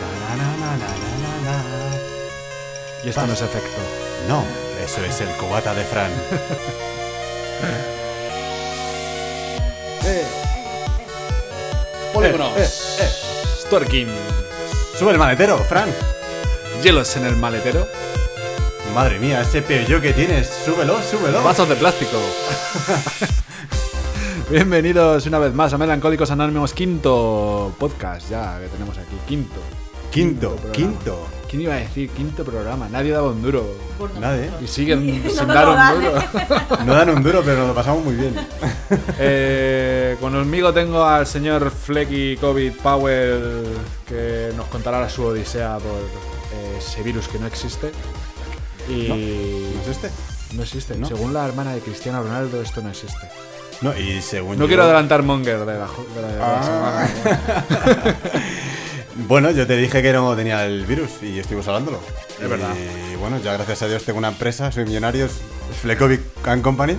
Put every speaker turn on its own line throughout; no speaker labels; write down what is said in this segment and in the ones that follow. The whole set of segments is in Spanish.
La, la, la, la, la, la, la.
Y esto no es efecto.
No, eso es el cubata de Fran.
Polígonos. eh. Twerking.
Sube el maletero, Fran.
Hielos en el maletero.
Madre mía, ese peollo que tienes. Súbelo, súbelo.
Vasos de plástico. Bienvenidos una vez más a Melancólicos Anónimos, quinto podcast ya que tenemos aquí. Quinto.
Quinto,
programa.
quinto.
¿Quién iba a decir quinto programa? Nadie daba un duro.
Por
Nadie.
Y
nosotros.
siguen
No
sin
nos
dar
lo dan. ¿eh?
un duro.
No dan un duro, pero nos lo pasamos muy bien.
Eh, conmigo tengo al señor Flecky Covid Powell que nos contará su odisea por eh, ese virus que no existe. Y
¿No es este?
no existe,
¿No?
Según la hermana de Cristiano Ronaldo, esto no existe.
No, y según
No
yo-
quiero adelantar Monger de la, ju- de la- de la
Ah.
semana.
Bueno, yo te dije que no tenía el virus y estuvimos hablándolo.
Es verdad.
Y bueno, ya gracias a Dios tengo una empresa, soy millonario, es Flecovic and Company.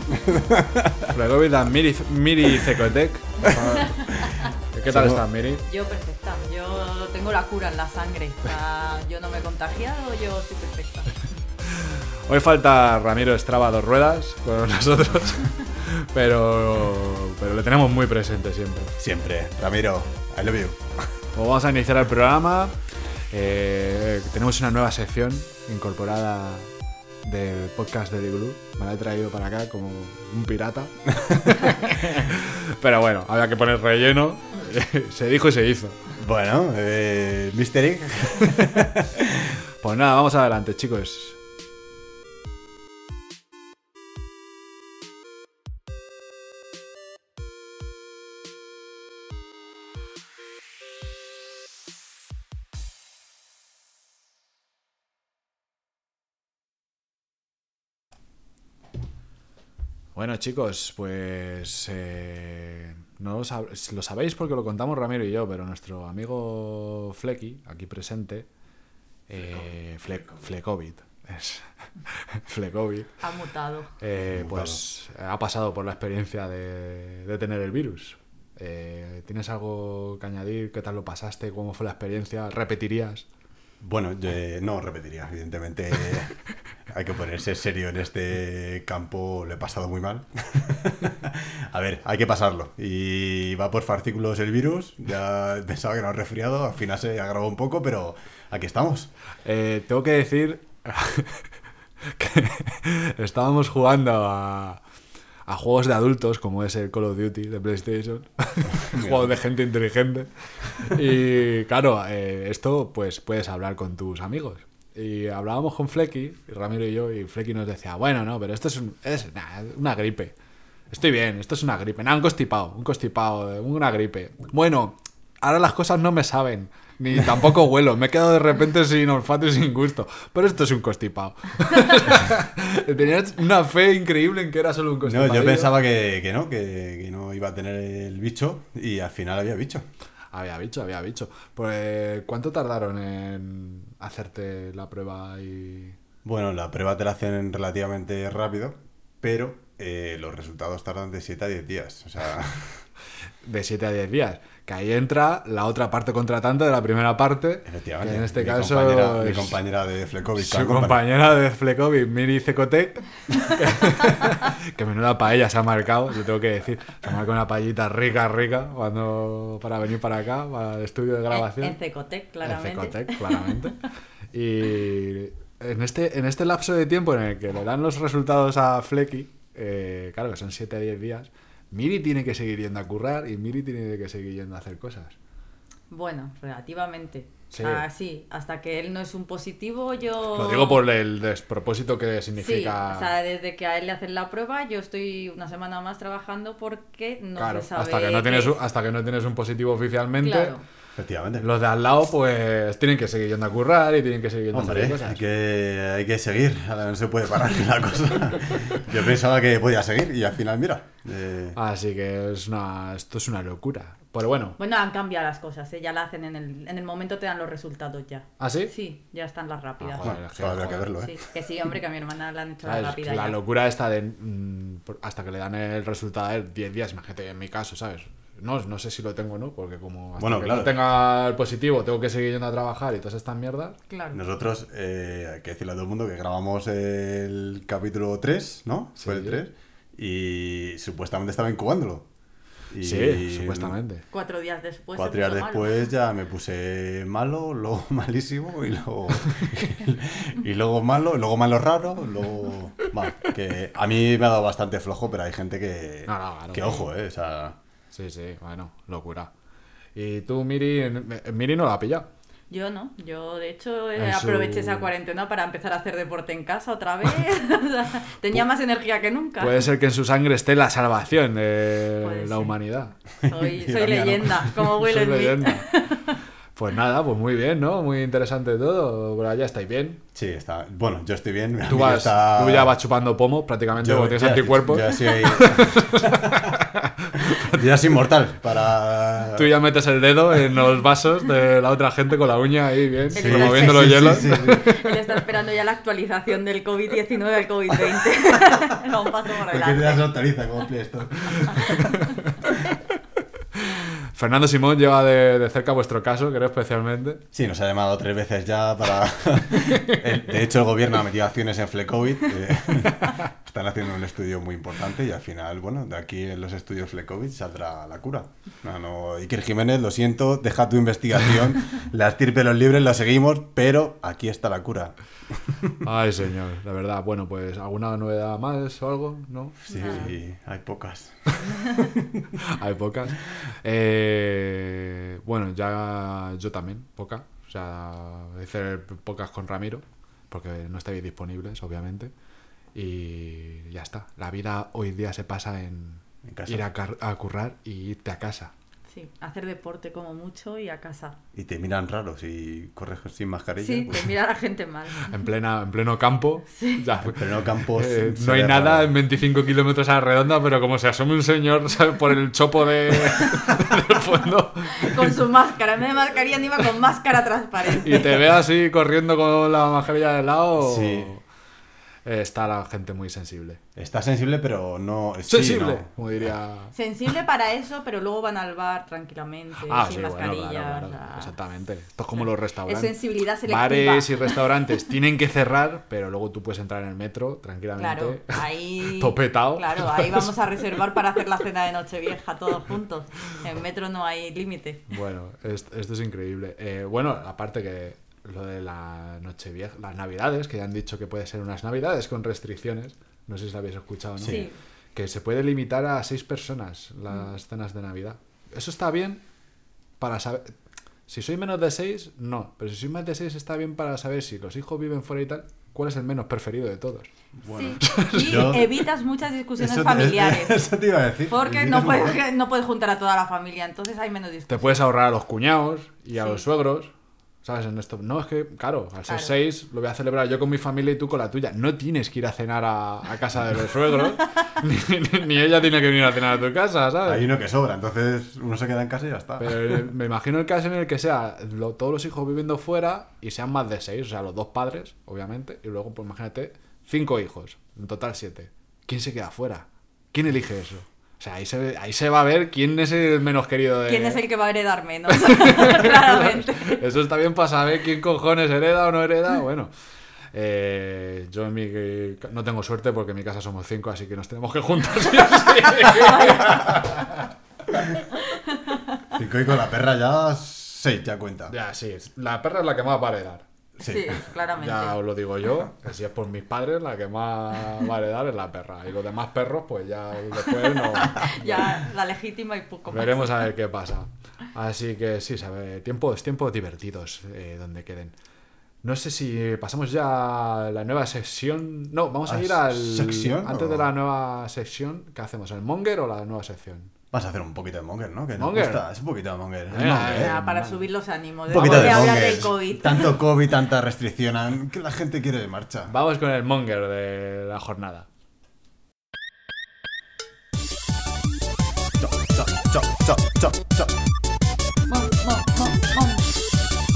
Luego vi la Miri, Miri Cecotec. ¿Qué tal
Sí,
estás, Miri?
Yo perfecta. Yo tengo la cura en la sangre. Ah, yo no me he contagiado, yo soy perfecta.
Hoy falta Ramiro Estraba dos ruedas con nosotros, pero, pero le tenemos muy presente siempre.
Siempre, Ramiro, I love you.
Pues vamos a iniciar el programa. Eh, tenemos una nueva sección incorporada del podcast de Diglu. Me la he traído para acá como un pirata. Pero bueno, había que poner relleno. se dijo y se hizo.
Bueno, eh, Mr. Egg.
Pues nada, vamos adelante, chicos. Bueno, chicos, pues. eh, no lo, sab- lo sabéis porque lo contamos Ramiro y yo, pero nuestro amigo Flecky, aquí presente, eh, Fle- Flecovit, es. Flecovit,
Ha mutado.
eh, pues ha pasado por la experiencia de, de tener el virus. Eh, ¿Tienes algo que añadir? ¿Qué tal lo pasaste? ¿Cómo fue la experiencia? ¿Repetirías?
Bueno, yo, eh, no repetiría, evidentemente. Hay que ponerse serio en este campo, lo he pasado muy mal. A ver, hay que pasarlo. Y va por fartículos el virus, ya pensaba que era un resfriado, al final se agravó un poco, pero aquí estamos.
Eh, tengo que decir que estábamos jugando a, a juegos de adultos, como es el Call of Duty de PlayStation, juegos de gente inteligente. Y claro, eh, esto pues puedes hablar con tus amigos. Y hablábamos con Flecky, Ramiro y yo, y Flecky nos decía, bueno, no, pero esto es, un- es una, una gripe. Estoy bien, esto es una gripe. Nada, un constipado, un constipado, eh, una gripe. Bueno, ahora las cosas no me saben, ni tampoco huelo. Me he quedado de repente sin olfato y sin gusto. Pero esto es un constipado. Tenías una fe increíble en que era solo un
No,
constipado.
yo pensaba que, que no, que, que no iba a tener el bicho y al final había bicho.
Había bicho, había bicho. Pues, ¿cuánto tardaron en hacerte la prueba y...?
Bueno, la prueba te la hacen relativamente rápido, pero eh, los resultados tardan de 7 a 10 días. O sea,
de 7 a 10 días. Que ahí entra la otra parte contratante de la primera parte.
efectivamente.
que en este
mi
caso.
compañera- mi
es
compañera de Flecovic.
su compañera de Flecovic, Miri Cecotec. que, que menuda paella se ha marcado, yo tengo que decir. Se ha marcado una paellita rica, rica, cuando, para venir para acá, para el estudio de grabación.
En, en Cecotec, claramente.
En Cecotec, claramente. Y en este, en este lapso de tiempo en el que le dan los resultados a Flecky, eh, claro que son 7 a 10 días, Miri tiene que seguir yendo a currar y Miri tiene que seguir yendo a hacer cosas.
Bueno, relativamente.
Sí.
Ah, sí, hasta que él no es un positivo, yo.
Lo digo por el despropósito que
Oh. Sí,
significa.
o sea, desde que a él le hacen la prueba, yo estoy una semana más trabajando porque no
claro,
se sabe.
hasta que, no
qué-
tienes, un- hasta que no tienes un positivo oficialmente.
Claro.
Efectivamente.
Los de al lado, pues, tienen que seguir yendo a currar y tienen que seguir yendo a
Hombre,
hacer cosas.
hay que, hay que seguir, ahora no se puede parar la cosa. Yo pensaba que podía seguir y al final, mira. eh,
Así que es una, esto es una locura. Pero bueno,
Bueno, han cambiado las cosas, ¿eh? ya la hacen en el, en el momento, te dan los resultados ya.
¿Ah, sí?
Sí, ya están las rápidas.
Ah, joder,
bueno,
es que,
solo habrá que
joder,
verlo, ¿eh?
Sí, que sí, hombre, que a mi hermana la han hecho la
¿Sabes?
rápida.
La
ya.
locura esta de mm, por- hasta que le dan el resultado de 10 días, imagínate en mi caso, ¿sabes? No, no sé si lo tengo o no, porque como hasta
Bueno,
que
claro.
no tenga el positivo, tengo que seguir yendo a trabajar y todas estas mierdas.
Claro.
Nosotros, eh, hay que decirle a todo el mundo que grabamos el capítulo 3, ¿no? Fue
Sí.
el 3. Y supuestamente estaba incubándolo. Y
sí, supuestamente.
Cuatro días después. se
Cuatro días
puso malo.
después ya me puse malo, luego malísimo y luego, y luego malo, y luego malo raro, luego... Va, que a mí me ha dado bastante flojo, pero hay gente que...
No, no, claro.
que ojo, ¿eh? O sea,
Sí, sí, bueno, locura. Y tú, Miri, en- en- Miri no la ha pillado.
Yo no, yo de hecho eh,
Eso-
aproveché esa cuarentena para empezar a hacer deporte en casa otra vez. O sea, Tenía más energía que nunca.
Puede
pues,
ser que en su sangre esté la salvación de
Puede
la
ser.
humanidad.
Soy,
Y la
soy
mía no.
leyenda, como Will
Soy
Smith.
leyenda. Pues nada, pues muy bien, ¿no? Muy interesante todo. Por allá estáis bien.
sí, está... Bueno, yo estoy bien.
Tú,
Miguel
vas,
está-
tú ya vas chupando pomo prácticamente
Yo-
porque tienes
ya-
anticuerpos.
Ya soy, ya soy inmortal para...
Tú ya metes el dedo en los vasos de la otra gente con la uña ahí bien,
Sí,
removiendo
sí,
los
sí,
hielos.
sí, sí.
Él está esperando ya la actualización del COVID-19 al COVID-20. no, un paso por
Porque te das
adelante.
autoriza como Play Store.
Fernando Simón lleva de, de cerca vuestro caso, creo especialmente.
Sí, nos ha llamado tres veces ya para... El- de hecho, el gobierno ha metido acciones en Flecovid. eh, están haciendo un estudio muy importante y al final, bueno, de aquí en los estudios Flecovid saldrá la cura. No, no, Iker Jiménez, lo siento, deja tu investigación. La estirpe de los libres la seguimos, pero aquí está la cura.
Ay, señor, la verdad. Bueno, pues alguna novedad más o algo, ¿no?
Sí, hay pocas.
Hay pocas. Eh, bueno, ya yo también, poca. O sea, hacer pocas con Ramiro, porque no estáis disponibles, obviamente. Y ya está. La vida hoy día se pasa en,
En casa.
ir a, car- a currar y irte a casa.
Sí, hacer deporte como mucho y a casa.
Y te miran raro si corres sin mascarilla.
Sí,
pues-
te mira la gente mal.
En, plena, en pleno campo. ya.
Pero no campos.
Eh,
se
no hay
ve
nada
Pues, raro.
en 25 kilómetros a la redonda, pero como se asome un señor ¿sabes? por el chopo de, del fondo
Con su máscara. En vez de mascarilla, iba con máscara transparente.
y te ve así corriendo con la mascarilla de lado,
Sí.
eh, está la gente muy sensible.
Está sensible, pero no. Eh. sí,
¡Sensible!
no.
Como diría...
Sensible para eso, pero luego van al bar tranquilamente,
Ah, sí,
sin
bueno, claro,
mascarilla.
claro,
o sea,
exactamente. Esto es como los
Es
restaurantes.
sensibilidad selectiva.
Bares y restaurantes tienen que cerrar, pero luego tú puedes entrar en el metro
Claro,
tranquilamente.
ahí.
Topetao.
Claro, ahí vamos a reservar para hacer la cena de Nochevieja todos juntos. En metro no hay límite.
Bueno, es- esto es increíble. Eh, bueno, aparte que lo de la Nochevieja, las Navidades, que ya han dicho que puede ser unas Navidades con restricciones. No sé si lo habéis escuchado, ¿no?
Sí.
Que se puede limitar a seis personas
Mm.
las cenas de Navidad. Eso está bien para saber. Si soy menos de seis, no. Pero si soy más de seis, está bien para saber si los hijos viven fuera y tal, cuál es el menos preferido de todos.
Bueno.
Sí, y
Yo-
evitas muchas discusiones
Eso te-
familiares.
Eso te iba a decir.
Porque
Es
no
como-
puedes, no puedes juntar a toda la familia, entonces hay menos
Te
discusiones.
puedes ahorrar a los cuñados y a
Sí.
los suegros. ¿Sabes? En esto, no, es que, claro, al ser
Claro.
seis, lo voy a celebrar yo con mi familia y tú con la tuya. No tienes que ir a cenar a, a casa de los suegros, ni, ni- ni ella tiene que venir a cenar a tu casa, ¿sabes?
Hay uno que sobra, entonces uno se queda en casa y ya está.
Pero eh, me imagino el caso en el que sea lo- todos los hijos viviendo fuera y sean más de seis, o sea, los dos padres, obviamente, y luego, pues imagínate, cinco hijos, en total siete. ¿Quién se queda fuera? ¿Quién elige eso? O sea, ahí se, ve- ahí se va a ver quién es el menos querido de...
¿Quién es el que va a heredar menos? Claramente.
Eso está bien para saber quién cojones hereda o no hereda. Bueno, eh, yo en mi ca- no tengo suerte porque en mi casa somos cinco, así que nos tenemos que juntar. sí o sí.
Cinco y con la perra ya seis, ya cuenta.
ya, sí, es- la perra es la que más va a heredar.
Sí,
Sí.
claramente.
Ya os lo digo yo, que si es por mis padres, la que más va a heredar es la perra. Y los demás perros, pues ya después no.
Ya, la legítima y poco más.
Veremos a ver qué pasa. Así que sí, sabe, tiempos, tiempos divertidos eh, donde queden. No sé si pasamos ya a la nueva sección. No, vamos a
¿A
ir al.
sección
Antes
o-
de la nueva sección, ¿qué hacemos? ¿El monger o la nueva sección?
Vas a hacer un poquito de monger, ¿no? Que
Monger.
nos gusta. Es un poquito de monger. Es
Eh,
monger,
eh,
¿eh?
Ya, para subir los ánimos.
Un poquito
Después
de
de hablar del
monger.
COVID.
Tanto COVID, tanta restricción, an- que la gente quiere de marcha.
Vamos con el monger de la jornada.
Chop, chop, chop, chop, chop, chop.
Mon, mon, mon,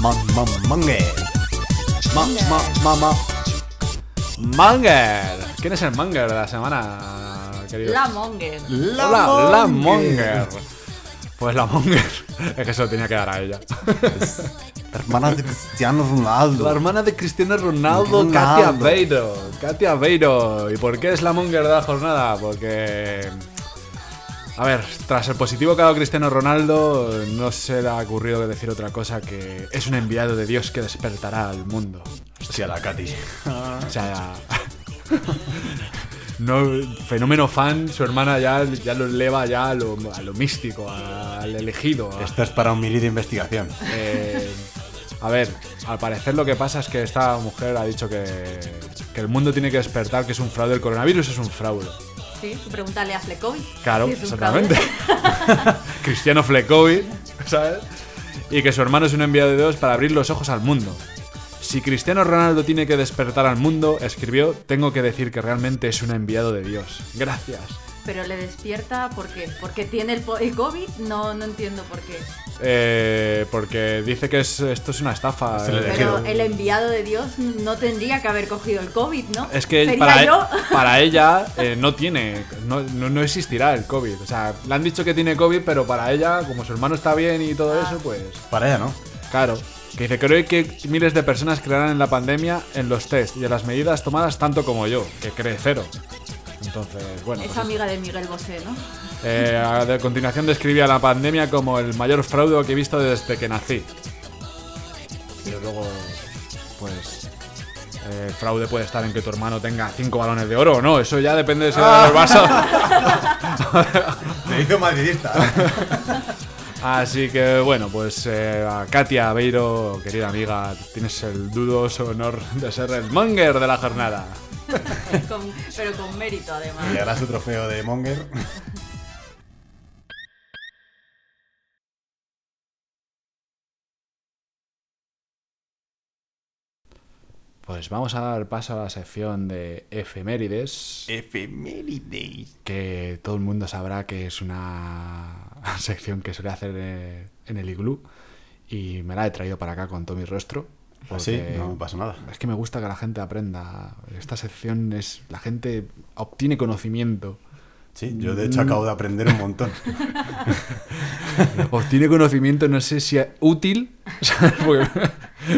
mon.
Mon, mon, monger. Ma, ma, ma, ma.
¡Monger! ¿Quién es el monger de la semana, queridos?
La monger.
La
Hola, la
monger.
monger. Pues la Monger. Es que se lo tenía que dar a ella.
Hermana de Cristiano Ronaldo.
La hermana de Cristiano Ronaldo,
Ronaldo.
Katia Beiro. Katia Beiro. ¿Y por qué es la monger de la jornada? Porque. A ver, tras el positivo que ha dado Cristiano Ronaldo, no se le ha ocurrido decir otra cosa que es un enviado de Dios que despertará al mundo.
Hostia, la Katy.
O sea. No, fenómeno fan, su hermana ya, ya lo eleva ya a lo, a lo místico, al elegido. a-
Esto es para un mili de investigación.
eh, a ver, al parecer lo que pasa es que esta mujer ha dicho que, que el mundo tiene que despertar, que es un fraude, el coronavirus es un fraude.
Sí, tú pregúntale a Flecovic.
Claro,
si es un
exactamente.
fraude.
Cristiano Flecovi, ¿sabes? Y que su hermano es un enviado de Dios para abrir los ojos al mundo. Si Cristiano Ronaldo tiene que despertar al mundo, escribió, tengo que decir que realmente es un enviado de Dios. Gracias.
Pero le despierta porque porque tiene el, po- el COVID, no no entiendo por qué.
Eh, porque dice que es- esto es una estafa.
Se le
eh.
Pero el enviado de Dios no tendría que haber cogido el COVID, ¿no?
Es que
Sería
para, e-,
yo.
para ella eh, no tiene, no, no- no existirá el COVID. O sea, le han dicho que tiene COVID, pero para ella, como su hermano está bien y
Ah.
todo eso, pues
Para ella, ¿no?
claro. Que dice, creo que miles de personas creerán en la pandemia, en los test y en las medidas tomadas tanto como yo, que cree cero. Entonces, bueno.
Es
pues
amiga de Miguel Bosé, ¿no?
eh, a de- continuación describía la pandemia como el mayor fraude que he visto desde que nací. Pero luego, pues. eh, el fraude puede estar en que tu hermano tenga cinco balones de oro o no, eso ya depende de si era del Barça.
Me hizo madridista.
Así que bueno, pues eh, a Katia Aveiro, querida amiga, tienes el dudoso honor de ser el monger de la jornada.
Con- pero con mérito
Y
además.
ahora su trofeo de Monger.
Pues vamos a dar paso a la sección de efemérides.
Efemérides.
que todo el mundo sabrá que es una sección que suele hacer eh, en el iglú y me la he traído para acá con todo mi rostro.
Así,
porque
¿Ah, no pasa nada.
Es que me gusta que la gente aprenda. Esta sección es. La gente obtiene conocimiento.
Sí, yo de hecho acabo de aprender un montón.
Obtiene conocimiento, no sé si es útil. ¿sabes? Porque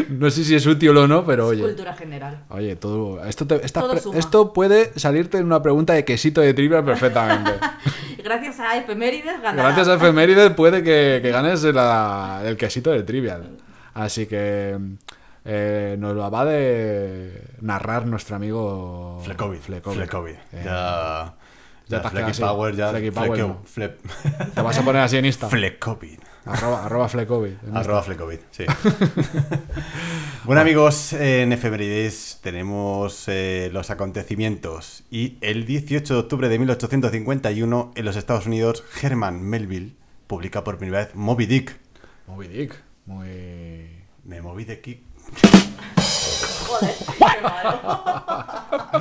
no sé si es útil o no, pero oye.
Cultura general.
Oye, todo, esto, te- esta
Todo
pre-
suma.
esto puede salirte en una pregunta de quesito de trivia perfectamente.
Y Gracias a efemérides ganará.
Gracias a efemérides puede que, que ganes la- el quesito de Trivial. Así que eh, nos lo va de narrar nuestro amigo
Flecovid.
Flecovid.
Flecovid.
Eh,
Ya. Ya,
ya te has quedado
Flecky
así.
Power, ya.
Flecky Power,
Fleco-
no.
Fle-
Te vas a poner así en Insta.
Flecovid.
arroba arroba Flecovid. en Insta.
Arroba Flecovid, sí. bueno, amigos, en efemérides tenemos eh, los acontecimientos. Y el 18 de octubre de 1851, en los Estados Unidos, Herman Melville publica por primera vez Moby Dick.
Moby Dick. Muy.
Me moví de aquí.
Joder, qué malo.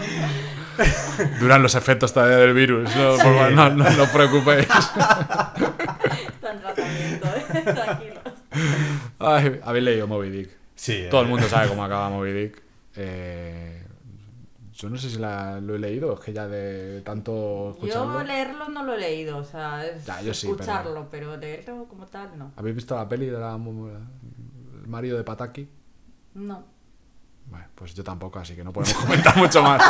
Duran los efectos todavía del virus. No, por favor, no, no, no os preocupéis.
Está en tratamiento, ¿eh? Tranquilos.
Ay, Habéis leído Moby Dick.
Sí,
Todo el
eh,
mundo sabe cómo acaba Moby Dick. Eh, yo no sé si la- lo he leído, es que ya de tanto escucharlo.
Yo leerlo no lo he leído, o sea, es
Ya, yo sí, pero-
escucharlo, pero... leerlo como tal no.
¿Habéis visto la peli de la, el Mario de Pataki?
No.
Bueno, pues yo tampoco, así que no podemos comentar mucho más.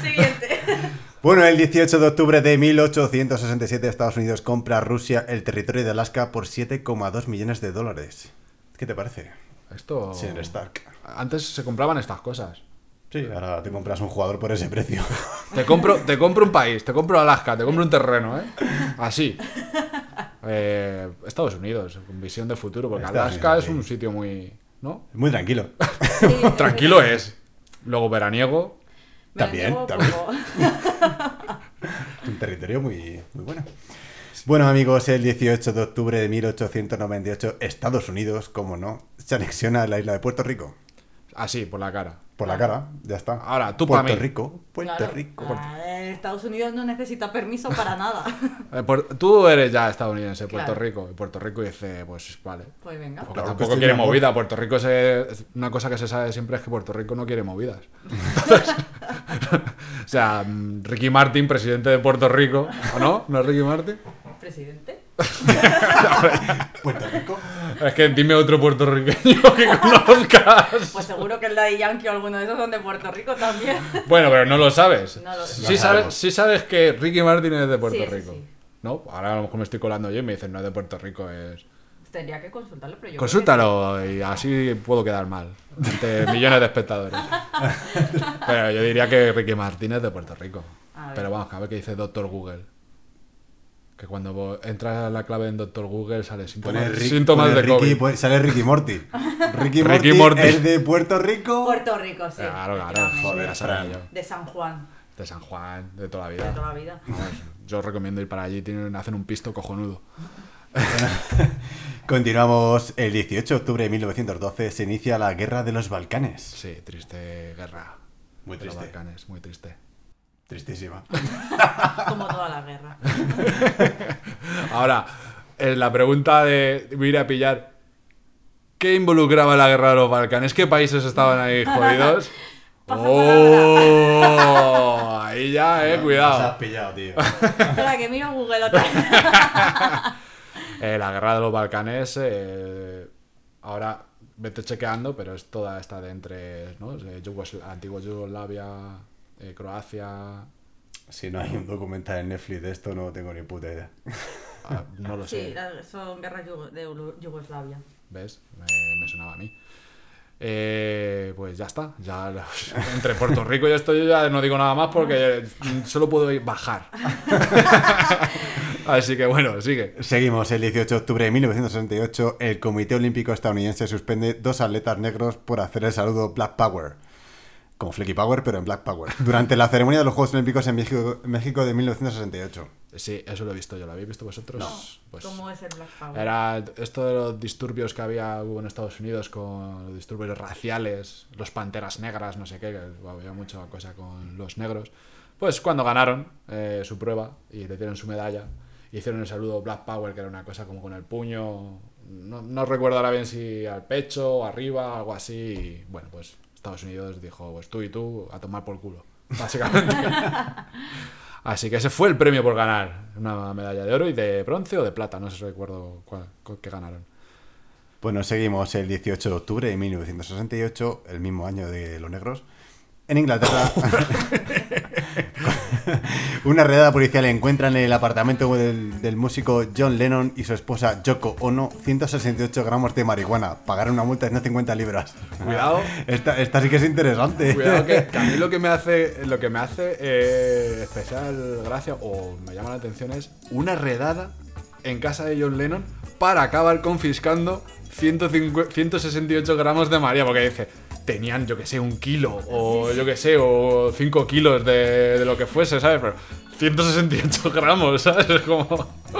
Siguiente.
Bueno, el 18 de octubre de 1867 Estados Unidos compra a Rusia el territorio de Alaska por 7,2 millones de dólares. ¿Qué te parece?
Esto.
Señor Stark.
Antes se compraban estas cosas.
Sí, ahora te compras un jugador por ese precio.
Te compro, te compro un país, te compro Alaska, te compro un terreno, ¿eh? Así. Eh, Estados Unidos, con visión de futuro, porque
Estados
Alaska
Unidos,
es
sí.
un sitio muy. ¿No?
Muy tranquilo.
Sí,
Tranquilo eh, es. Luego veraniego.
Me la
También,
llevo
también.
poco.
Un territorio muy, muy bueno. Bueno, amigos, el 18 de octubre de 1898 Estados Unidos, como no, se anexiona a la isla de Puerto Rico.
Así, por la cara.
Por la cara, ya está.
Ah. Ahora, tú pa'
Puerto
mí.
Rico, Puerto
Claro.
Rico.
Ah, Estados Unidos no necesita permiso para nada.
Eh, por- tú eres ya estadounidense, Puerto
Claro.
Rico. Y Puerto Rico dice, pues vale.
Pues venga.
Porque
Claro que
tampoco
estoy de
quiere
acuerdo.
movida. Puerto Rico se- es una cosa que se sabe siempre es que Puerto Rico no quiere movidas. Entonces, o sea, mm, Ricky Martin, presidente de Puerto Rico. ¿O no? ¿No es Ricky Martin?
presidente?
Puerto Rico.
Es que dime otro puertorriqueño que conozcas.
Pues seguro que el Daddy Yankee o alguno de esos son de Puerto Rico también.
Bueno, pero no lo sabes.
No lo sé.
Sí,
Lo
sabes,
sabemos.
sí sabes que Ricky Martin es de Puerto
Sí, sí,
Rico.
sí.
No, ahora a lo mejor me estoy colando yo y me dicen no es de Puerto Rico, es.
Tendría que consultarlo, pero yo. creo que
Consúltalo y así puedo quedar mal ante millones de espectadores. Pero yo diría que Ricky Martínez de Puerto Rico.
A ver.
Pero vamos, a ver qué dice Doctor Google. Que cuando vo- entra la clave en Doctor Google sale
Pone
síntomas,
Rick-
síntomas
pone
de
Ricky,
COVID.
pues, sale Ricky Morty. Ricky,
Ricky
Morty,
Morty.
es de Puerto Rico.
Puerto Rico, sí.
Claro, claro,
efectivamente.
Joder,
ya sabía
Fran.
yo.
De San Juan,
De San Juan, de toda la
de
vida.
toda la vida.
Vamos, Yo os recomiendo ir para allí, tienen, hacen un pisto cojonudo.
Continuamos el 18 de octubre de 1912 se inicia la Guerra de los Balcanes.
Sí, triste guerra.
Muy
de los
triste.
Balcanes, muy triste.
Tristísima.
Como toda la guerra.
Ahora, en la pregunta de ir a pillar, ¿qué involucraba la guerra de los Balcanes? ¿Qué países estaban ahí jodidos?
Pasa
¡Oh! Ahí ya, eh,
Se has
cuidado.
pillado, tío.
Espera, que miro Google otra vez.
Eh, la guerra de los Balcanes, eh, ahora vete chequeando, pero es toda esta de entre, ¿no? Eh, Yugosla- antigua Yugoslavia, eh, Croacia,
Si no hay un documental en Netflix de esto, no tengo ni puta idea.
ah, no lo sé.
Sí, la- son guerras yugo- de Ulu- Yugoslavia.
¿Ves? Me, me sonaba a mí. Eh, pues ya está. Ya los- entre Puerto Rico y esto yo ya no digo nada más porque solo puedo ir bajar. Así que bueno, sigue.
Seguimos el 18 de octubre de 1968. El Comité Olímpico Estadounidense suspende dos atletas negros por hacer el saludo Black Power. Como Flicky Power, pero en Black Power. Durante la ceremonia de los Juegos Olímpicos en México, México de 1968.
Sí, eso lo he visto yo. ¿Lo habéis visto vosotros? Pues
¿Cómo es el Black Power?
era esto de los disturbios que había hubo en Estados Unidos con los disturbios raciales, los panteras negras, no sé qué, que había mucha cosa con los negros. Pues cuando ganaron eh, su prueba y le dieron su medalla, hicieron el saludo Black Power, que era una cosa como con el puño, no, no recuerdo ahora bien si al pecho o arriba, algo así. y, bueno, pues Estados Unidos dijo, pues tú y tú a tomar por culo, básicamente. Así que ese fue el premio por ganar. Una medalla de oro y de bronce o de plata, no sé si recuerdo cuál, cuál- qué ganaron.
Bueno, Pues seguimos el 18 de octubre de 1968, el mismo año de los negros. En Inglaterra, una redada policial encuentra en el apartamento del, del músico John Lennon y su esposa Yoko Ono 168 gramos de marihuana. Pagar una multa de unas 50 libras.
Cuidado.
Esta, esta sí que es interesante.
Cuidado que, que a mí lo que me hace, lo que me hace eh, especial gracia o me llama la atención es una redada en casa de John Lennon para acabar confiscando 150 168 gramos de María, porque dice, tenían yo que sé, un kilo o yo que sé, o 5 kilos de, de lo que fuese, ¿sabes? Pero 168 gramos, ¿sabes? Es como...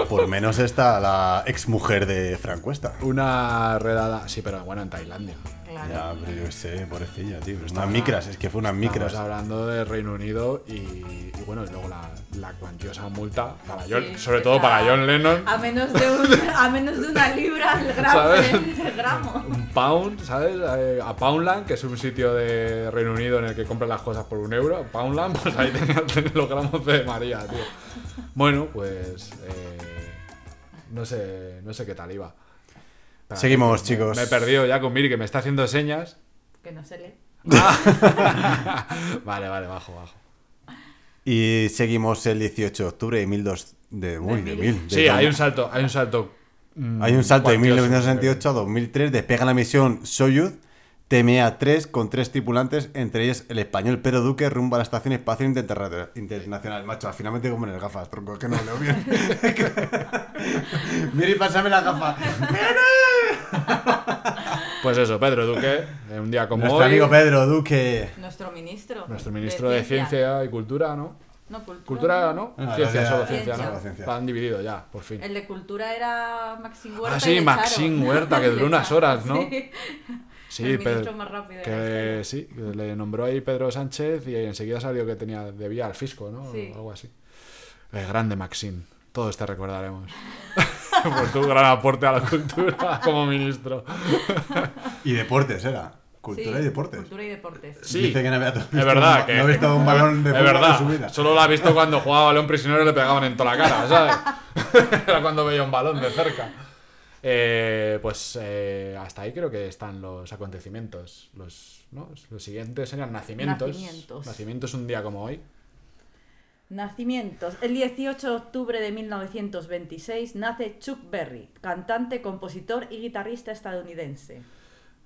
Por menos está la ex mujer de Frank Cuesta.
Una redada, sí, pero bueno, en Tailandia.
Claro.
Ya, pero yo qué sé, pobrecilla, tío. Unas micras, es que fue unas
Estamos
micras.
hablando de Reino Unido y, y bueno, y luego la, la cuantiosa multa, para John-
Sí,
sobre todo
está
para John Lennon,
A menos de, un- a menos de una libra el gramo.
¿Sabes?
El gramo.
un pound, ¿sabes? Eh, A Poundland, que es un sitio de Reino Unido en el que compran las cosas por un euro, Poundland, pues ahí tenían los gramos de María, tío. Bueno, pues eh, no sé, no sé qué tal iba. Espera,
Seguimos,
me-
chicos.
Me he perdido ya con Miri, que me está haciendo señas.
Que no se lee.
Vale, vale, bajo, bajo.
Y seguimos el 18 de octubre de 1200. De, uy, de
mil.
1000, de
Sí, hay
todo.
un salto, hay un salto. mm,
Hay un salto de
cuantioso.
1968 a 2003. Despega la misión Soyuz TMA-3 con tres tripulantes, entre ellos el español Pedro Duque, rumbo a la Estación Espacial Interterra- Internacional. Macho, finalmente como en el gafas, tronco, es que no veo bien. Mira y pásame la gafa.
Pues eso, Pedro Duque, en un día como
Nuestro
hoy,
amigo Pedro Duque.
Nuestro ministro.
nuestro ministro de ciencia. y cultura, ¿no?
No, cultura.
Cultura, ¿no?
Ah,
ciencia,
gracias.
solo ciencia,
Ciencia.
¿no?
Solo ciencia.
Están divididos ya, por fin.
El de cultura era Maxim Huerta.
Ah,
y
sí,
le
Maxim
echaron.
Huerta, que
Le
duró unas
echaron,
horas, ¿no?
sí.
sí,
el ministro
Pedro.
más rápido de la
Que
historia.
sí, que le nombró ahí Pedro Sánchez y enseguida salió que tenía debía al fisco, ¿no?
Sí.
Algo así. El grande Maxim. Todos te recordaremos. por tu gran aporte a la cultura como ministro.
Y deportes era. Cultura
Sí,
y deportes.
Cultura y deportes.
Sí.
Dice que no había, visto
verdad
un-
que-
no había estado un balón de
Es
fútbol en
verdad,
su vida.
solo la ha visto cuando jugaba a balón prisionero y le pegaban en toda la cara, ¿sabes? Era cuando veía un balón de cerca. Eh, pues eh, hasta ahí creo que están los acontecimientos. Los, ¿no? los siguientes serían nacimientos.
Nacimientos.
Nacimientos un día como hoy.
Nacimientos. El 18 de octubre de 1926 nace Chuck Berry, cantante, compositor y guitarrista estadounidense.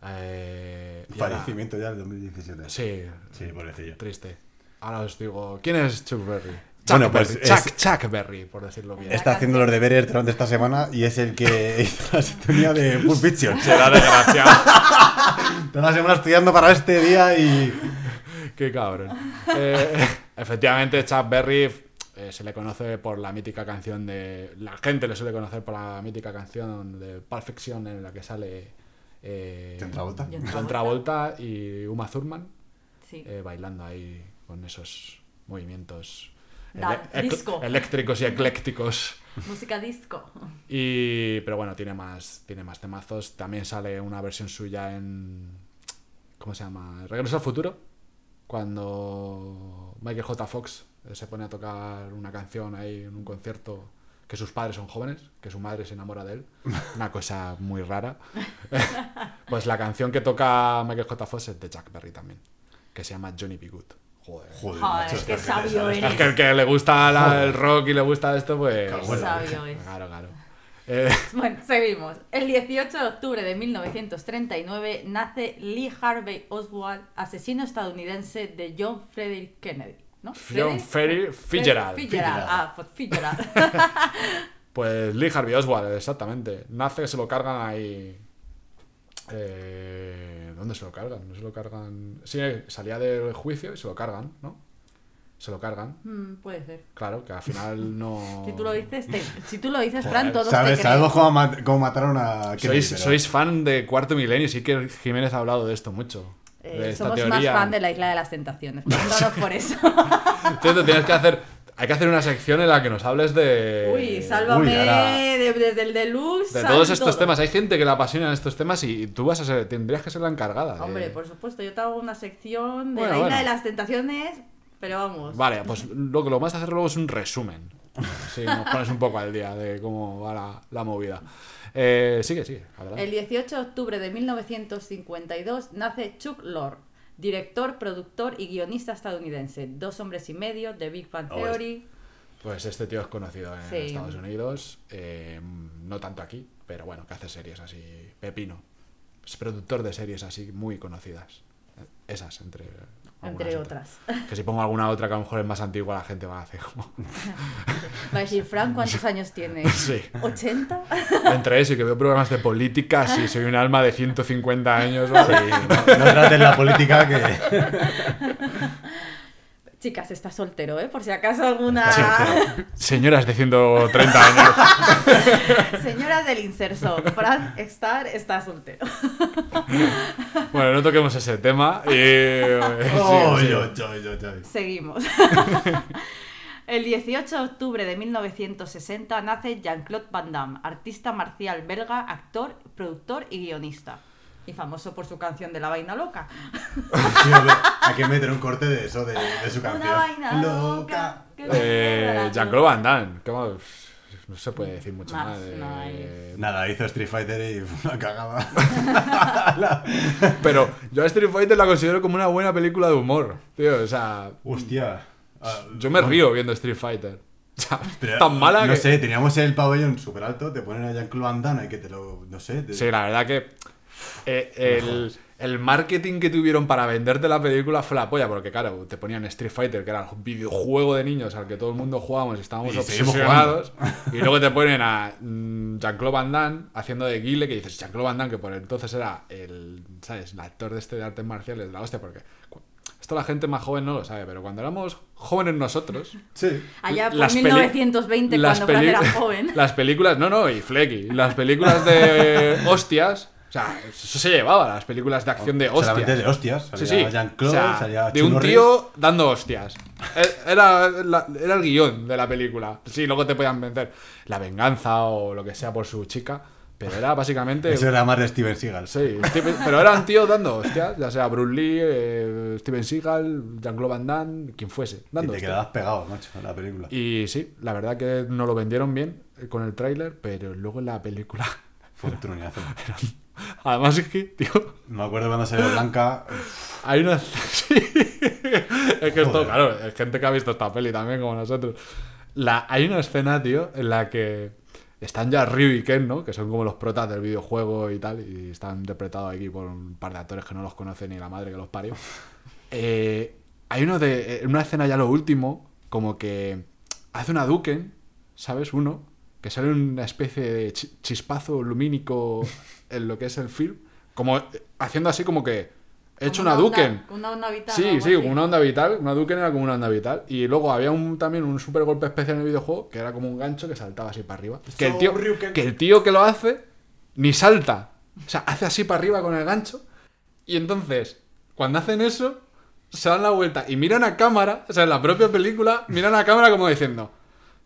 Eh, y ahora-
Fallecimiento ya del 2017.
Sí,
Sí, pobrecillo.
triste. Ahora os digo, ¿quién es Chuck Berry? Chuck
Bueno, pues
Berry, Chuck,
es-
Chuck Berry, por decirlo bien.
Está haciendo los deberes durante esta semana y es el que hizo la sintonía de Pulp Fiction.
Será desgraciado.
Toda la semana estudiando para este día y.
Qué cabrón. Eh, efectivamente, Chuck Berry eh, se le conoce por la mítica canción de. La gente le suele conocer por la mítica canción de Pulp Fiction en la que sale. Eh,
John Travolta.
John
John Travolta y Uma Thurman
Sí.
eh, bailando ahí con esos movimientos
Dan-
ele- ec-
disco.
eléctricos y eclécticos.
Música disco.
Y, pero bueno, tiene más, tiene más temazos. También sale una versión suya en. ¿Cómo se llama? Regreso al futuro. Cuando Michael J. Fox eh, se pone a tocar una canción ahí en un concierto que sus padres son jóvenes, que su madre se enamora de él. Una cosa muy rara. pues la canción que toca Michael J. Fox es de Chuck Berry también, que se llama Johnny B. Good. Joder.
Joder,
Joder,
macho,
es que
esta gente
sabio
sabe.
Es que el que le gusta la- el rock y le gusta esto, pues.
Qué Bueno.
Sabio es.
Claro, claro. Eh,
Bueno, seguimos. El 18 de octubre de 1939 nace Lee Harvey Oswald, asesino estadounidense de John Frederick Kennedy. ¿No?
John
¿Frederick?
Ferry Fitzgerald.
Fitzgerald. Ah, pues Fitzgerald.
Pues Lee Harvey Oswald, exactamente. Nace, se lo cargan ahí. Eh, ¿Dónde se lo cargan? No se lo cargan. Sí, salía del juicio y se lo cargan, ¿no? Se lo cargan.
Mm, puede ser.
Claro, que al final no.
Si tú lo dices, te- si tú lo dices,
Joder,
Fran, todos
Sabes-
te creen.
sabemos cómo, mat- cómo mataron a Kennedy,
Sois,
pero-
sois fan de Cuarto Milenio, sí que Jiménez ha hablado de esto mucho.
Eh,
de esta
somos
teoría.
más fan de la Isla de las Tentaciones. Perdónanos por eso.
Entonces, tienes que hacer. Hay que hacer una sección en la que nos hables de.
Uy, sálvame
uy, ahora-
de- desde el deluxe.
Eh, De
al
todos estos
todo.
temas, hay gente que le apasionan estos temas y tú vas a ser, tendrías que ser la encargada. de-
Hombre, por supuesto, yo te hago una sección de
Bueno,
la Isla
bueno.
de las Tentaciones, pero vamos.
Vale, pues lo que lo más hacer luego es un resumen. Sí, nos pones un poco al día de cómo va la, la movida. Eh, sigue, sigue. adelante.
El 18 de octubre de 1952 nace Chuck Lorre, director, productor y guionista estadounidense. Dos hombres y medio, The Big Bang
Oh, es-
Theory.
Pues este tío es conocido en
Sí.
Estados Unidos, eh, no tanto aquí, pero bueno, que hace series así, Pepino. Es productor de series así muy conocidas. Eh, Esas, entre, algunas
Entre otras.
Que si pongo alguna otra que a lo mejor es más antigua, la gente va a hacer como...
Va a decir, Fran, ¿cuántos años tiene?
Sí.
¿80?
Entre eso y que veo programas de política, sí, soy un alma de 150 años. ¿vale?
No, no trates la política que.
Chicas, está soltero, ¿eh? Por si acaso alguna...
Ah.
Señoras de 130 años.
Señoras del inserso, Fran Star está soltero.
Bueno, no toquemos ese tema. y- eh,
Oh,
sí, sí.
yo, yo, yo, yo.
Seguimos. El 18 de octubre de 1960 nace Jean-Claude Van Damme, artista marcial belga, actor, productor y guionista. Y famoso por su canción de La Vaina Loca.
Sí, hombre, hay que meter un corte de eso, de, de su canción.
Una vaina loca.
Loca.
que me
Eh,
da
Jean-Claude Van Damme. ¿qué más? No se puede decir mucho
Más,
más. eh,
no hay.
Nada, hizo Street Fighter y fue una cagada.
Pero yo a Street Fighter la considero como una buena película de humor. Tío, o sea,
Hostia. Ah,
yo me río viendo Street Fighter. O sea,
pero,
tan mala
No
que...
sé, teníamos el pabellón súper alto, te ponen a Jean-Claude Van Damme y que te lo. No sé. te-
Sí, la verdad que eh, el, el marketing que tuvieron para venderte la película fue la polla, porque claro, te ponían Street Fighter, que era el videojuego de niños al que todo el mundo jugábamos y estábamos
Y seguimos
obsesionados, y luego te ponen a mm, Jean-Claude Van Damme haciendo de Guile, que dices, Jean-Claude Van Damme, que por entonces era el, ¿sabes?, el actor de este de artes marciales de la hostia, porque cu- esto la gente más joven no lo sabe, pero cuando éramos jóvenes nosotros...
Sí.
Allá por
Las peli-
1920,
las
cuando Fran
peli-
era joven.
Las películas, no, no, y Flecky. Las películas de hostias, o sea, eso se llevaba, las películas de acción de
Solamente
hostias.
de hostias. Salía
Sí, sí.
Jean-Claude,
O sea,
salía
de un
Chino
tío dando hostias. E- Era, la- era el guión de la película. Sí, luego te podían vender la venganza o lo que sea por su chica. Pero era básicamente.
Eso era más de Steven Seagal.
Sí, Steven- pero eran tíos dando hostias, ya sea Bruce Lee, eh, Steven Seagal, Jean-Claude Van Damme, quien fuese.
Y
Dando
te
hostias.
quedabas pegado, macho, en la película.
Y sí, la verdad que no lo vendieron bien eh, con el tráiler, pero luego en la película.
Fue un truñazo.
Además es que, tío,
Me acuerdo cuando salió Blanca.
hay una. sí. Es que esto,
Joder.
claro, es gente que ha visto esta peli también, como nosotros. La... Hay una escena, tío, en la que están ya Ryu y Ken, ¿no? Que son como los protas del videojuego y tal, y están interpretados aquí por un par de actores que no los conoce ni la madre que los parió. Eh, hay uno de. En una escena ya lo último, como que hace una Duken, ¿sabes? Uno, que sale una especie de chi- chispazo lumínico en lo que es el film, como eh, haciendo así como que. He hecho
Como
una
onda-
Duken.
Una onda vital.
Sí,
algo
sí,
así.
una onda vital. Una Duken era como una onda vital. Y luego había un, también un super golpe especial en el videojuego que era como un gancho que saltaba así para arriba. Que el tío
Shoryuken.
que, el tío que lo hace ni salta. O sea, hace así para arriba con el gancho. Y entonces, cuando hacen eso, se dan la vuelta y miran a cámara. O sea, en la propia película, miran a cámara como diciendo.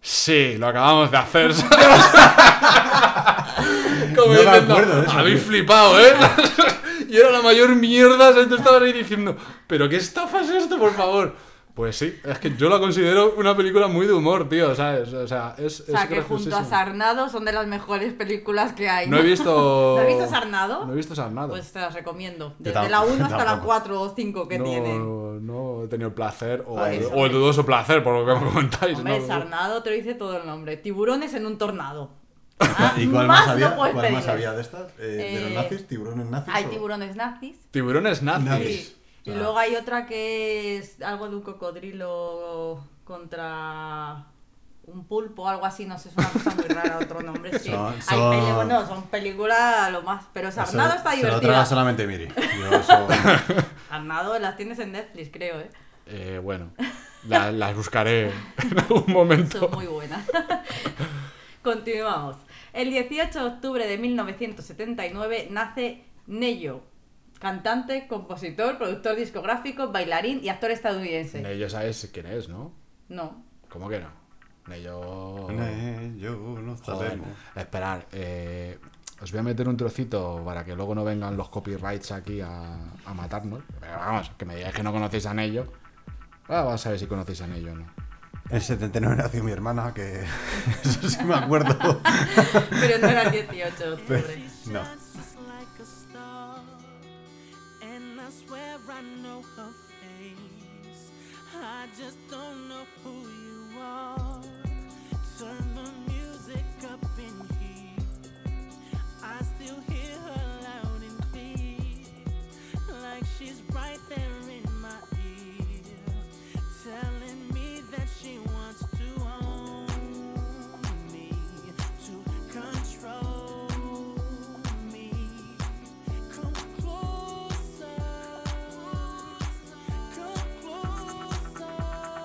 Sí, lo acabamos de hacer. ¿sabes?
No
Como
me
diciendo,
acuerdo de eso,
Habéis
tío".
flipado, ¿eh? y era la mayor mierda, o sea, tú estabas ahí diciendo, pero qué estafa es esto, por favor. Pues sí, es que yo la considero una película muy de humor, tío, ¿sabes? O sea, es...
O sea,
es
que junto a
graciosísimo.
Sarnado son de las mejores películas que hay.
No he visto...
¿No has visto Sarnado?
No he visto Sarnado.
Pues te las recomiendo.
Yo
Desde la
tampoco,
1 hasta la
tampoco.
4 o 5 que
no,
tienen.
no he tenido el placer, o,
Ah,
el,
eso.
o el dudoso placer, por lo que me comentáis.
Hombre,
¿no?
Sarnado te lo dice todo el nombre. Tiburones en un tornado.
Ah, ¿Y cuál más,
no
había?
puedes
¿Cuál más
pedir.
había de estas? Eh, ¿De los
Eh,
nazis? ¿Tiburones nazis?
Hay
o-
tiburones nazis.
Tiburones nazis.
Nazis.
Sí. Y
Ah.
luego hay otra que es algo de un cocodrilo contra un pulpo, algo así, no sé, es una cosa muy rara, otro nombre, sí.
Son-
Hay
son-
peli- bueno, son películas lo más, pero Sarnado
Eso-
está
se lo traga
divertida.
solamente Miri. Yo eso-
Sarnado las tienes en Netflix, creo, ¿eh?
Eh, bueno, la- las buscaré en algún momento.
Son muy buenas. Continuamos. El 18 de octubre de 1979 nace Neyo, cantante, compositor, productor discográfico, bailarín y actor estadounidense.
Neyo sabes quién es, ¿no?
no.
¿Cómo que no? Neyo...
Eh, Yo no
Joder,
sabemos.
esperar. eh, os voy a meter un trocito para que luego no vengan los copyrights aquí a, a matarnos. Pero vamos, que me digáis que no conocéis a Nello. Ah, vas a ver si conocéis a Nello o no.
En 79 nació mi hermana, que eso sí me acuerdo.
Pero no era el 18 de octubre.
No.
Just like a star, and I swear I know her face. I just don't know who you are. Turn the music up in here. I still hear her loud and clear, like she's right there in my ear, telling me that she wants to own me, to control me. Come closer, come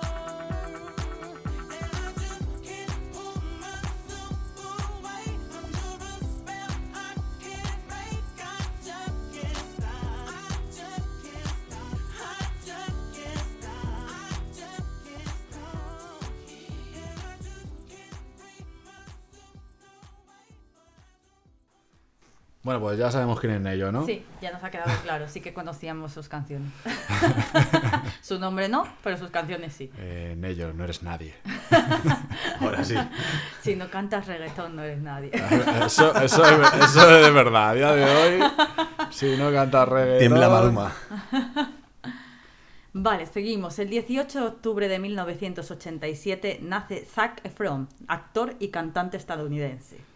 closer, and I just can't pull myself away. Under a spell I can't break. I just can't stop. I just can't stop. I just can't stop. I just can't stop. And I just can't break myself away.
Bueno, pues ya sabemos quién es Nello, ¿no?
Sí, ya nos ha quedado claro, sí que conocíamos sus canciones. Su nombre no, pero sus canciones sí.
Eh, Nello, no eres nadie.
Ahora sí.
Si no cantas reggaetón no eres nadie.
Eso, eso, es- eso es de verdad. A día de hoy, si no cantas reggaetón...
Tiembla Maluma.
Vale, seguimos. El 18 de octubre de 1987 nace Zac Efron, actor y cantante estadounidense.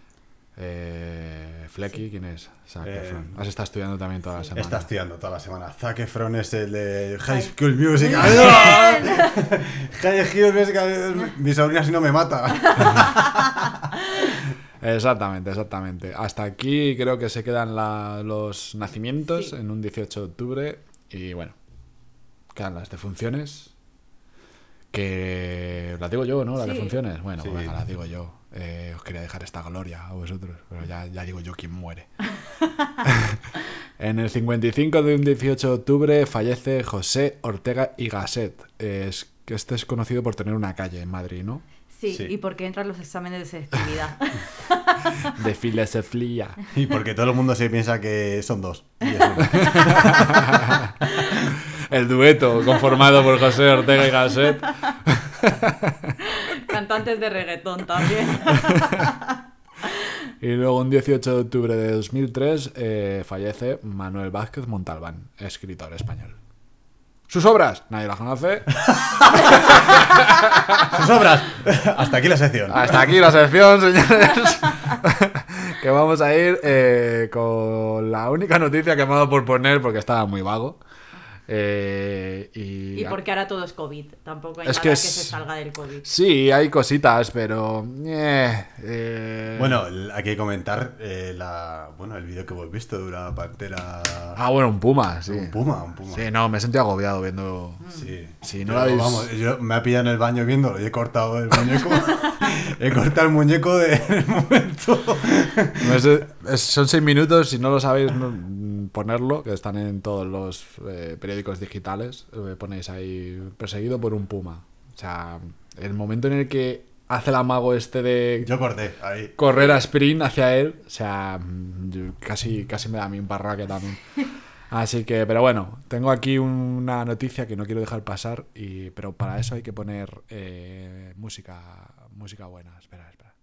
Eh, Flecky, ¿quién es? Zac
Eh,
Efron. Has estado estudiando también toda la semana.
Está estudiando toda la semana. Zac Efron es el de High School Music. High School Music. Mi sobrina si no me mata.
Exactamente, exactamente. Hasta aquí creo que se quedan la- los nacimientos
Sí.
en un 18 de octubre y bueno, quedan las defunciones. Que las digo yo, ¿no? Las
Sí.
defunciones. Bueno, pues
Sí.
venga, las digo yo. Eh, os quería dejar esta gloria a vosotros, pero ya, ya digo yo quién muere. En el 55 de un 18 de octubre fallece José Ortega y Gasset. Es, que este es conocido por tener una calle en Madrid, ¿no?
Sí,
Sí.
y porque entran los exámenes de selectividad.
de filosofía.
Y porque todo el mundo se piensa que son dos. Y es uno.
El dueto conformado por José Ortega y Gasset.
Cantantes de reggaetón también.
Y luego, un 18 de octubre de 2003, eh, fallece Manuel Vázquez Montalbán, escritor español. Sus obras, nadie las conoce.
¡Sus obras! Hasta aquí la sección.
Hasta aquí la sección, señores. que vamos a ir eh, con la única noticia que me ha dado por poner porque estaba muy vago. Eh, y,
Y porque ahora todo es COVID. Tampoco hay
Es
nada
que
que,
es-
se salga del COVID.
Sí, hay cositas, pero. eh, eh.
Bueno, el- hay que comentar eh, la, bueno, el vídeo que hemos visto de una pantera.
Ah, bueno, un puma, sí.
Un puma, un puma.
Sí, no, me sentí agobiado viendo.
Sí.
Sí, no
Yo,
la habéis-
Vamos, yo me ha pillado en el baño viéndolo y he cortado el muñeco. he cortado el muñeco de- del momento.
No sé, es- son seis minutos, si no lo sabéis, no- mm, ponerlo, que están en todos los eh, periódicos digitales. eh, ponéis ahí perseguido por un puma. O sea, el momento en el que hace el amago este de
Yo corté, ahí.
correr a sprint hacia él, o sea, mm, yo- casi, casi me da a mí un barraque también. Así que, pero bueno, tengo aquí una noticia que no quiero dejar pasar, y, pero para eso hay que poner eh, música, música buena. Espera, espera.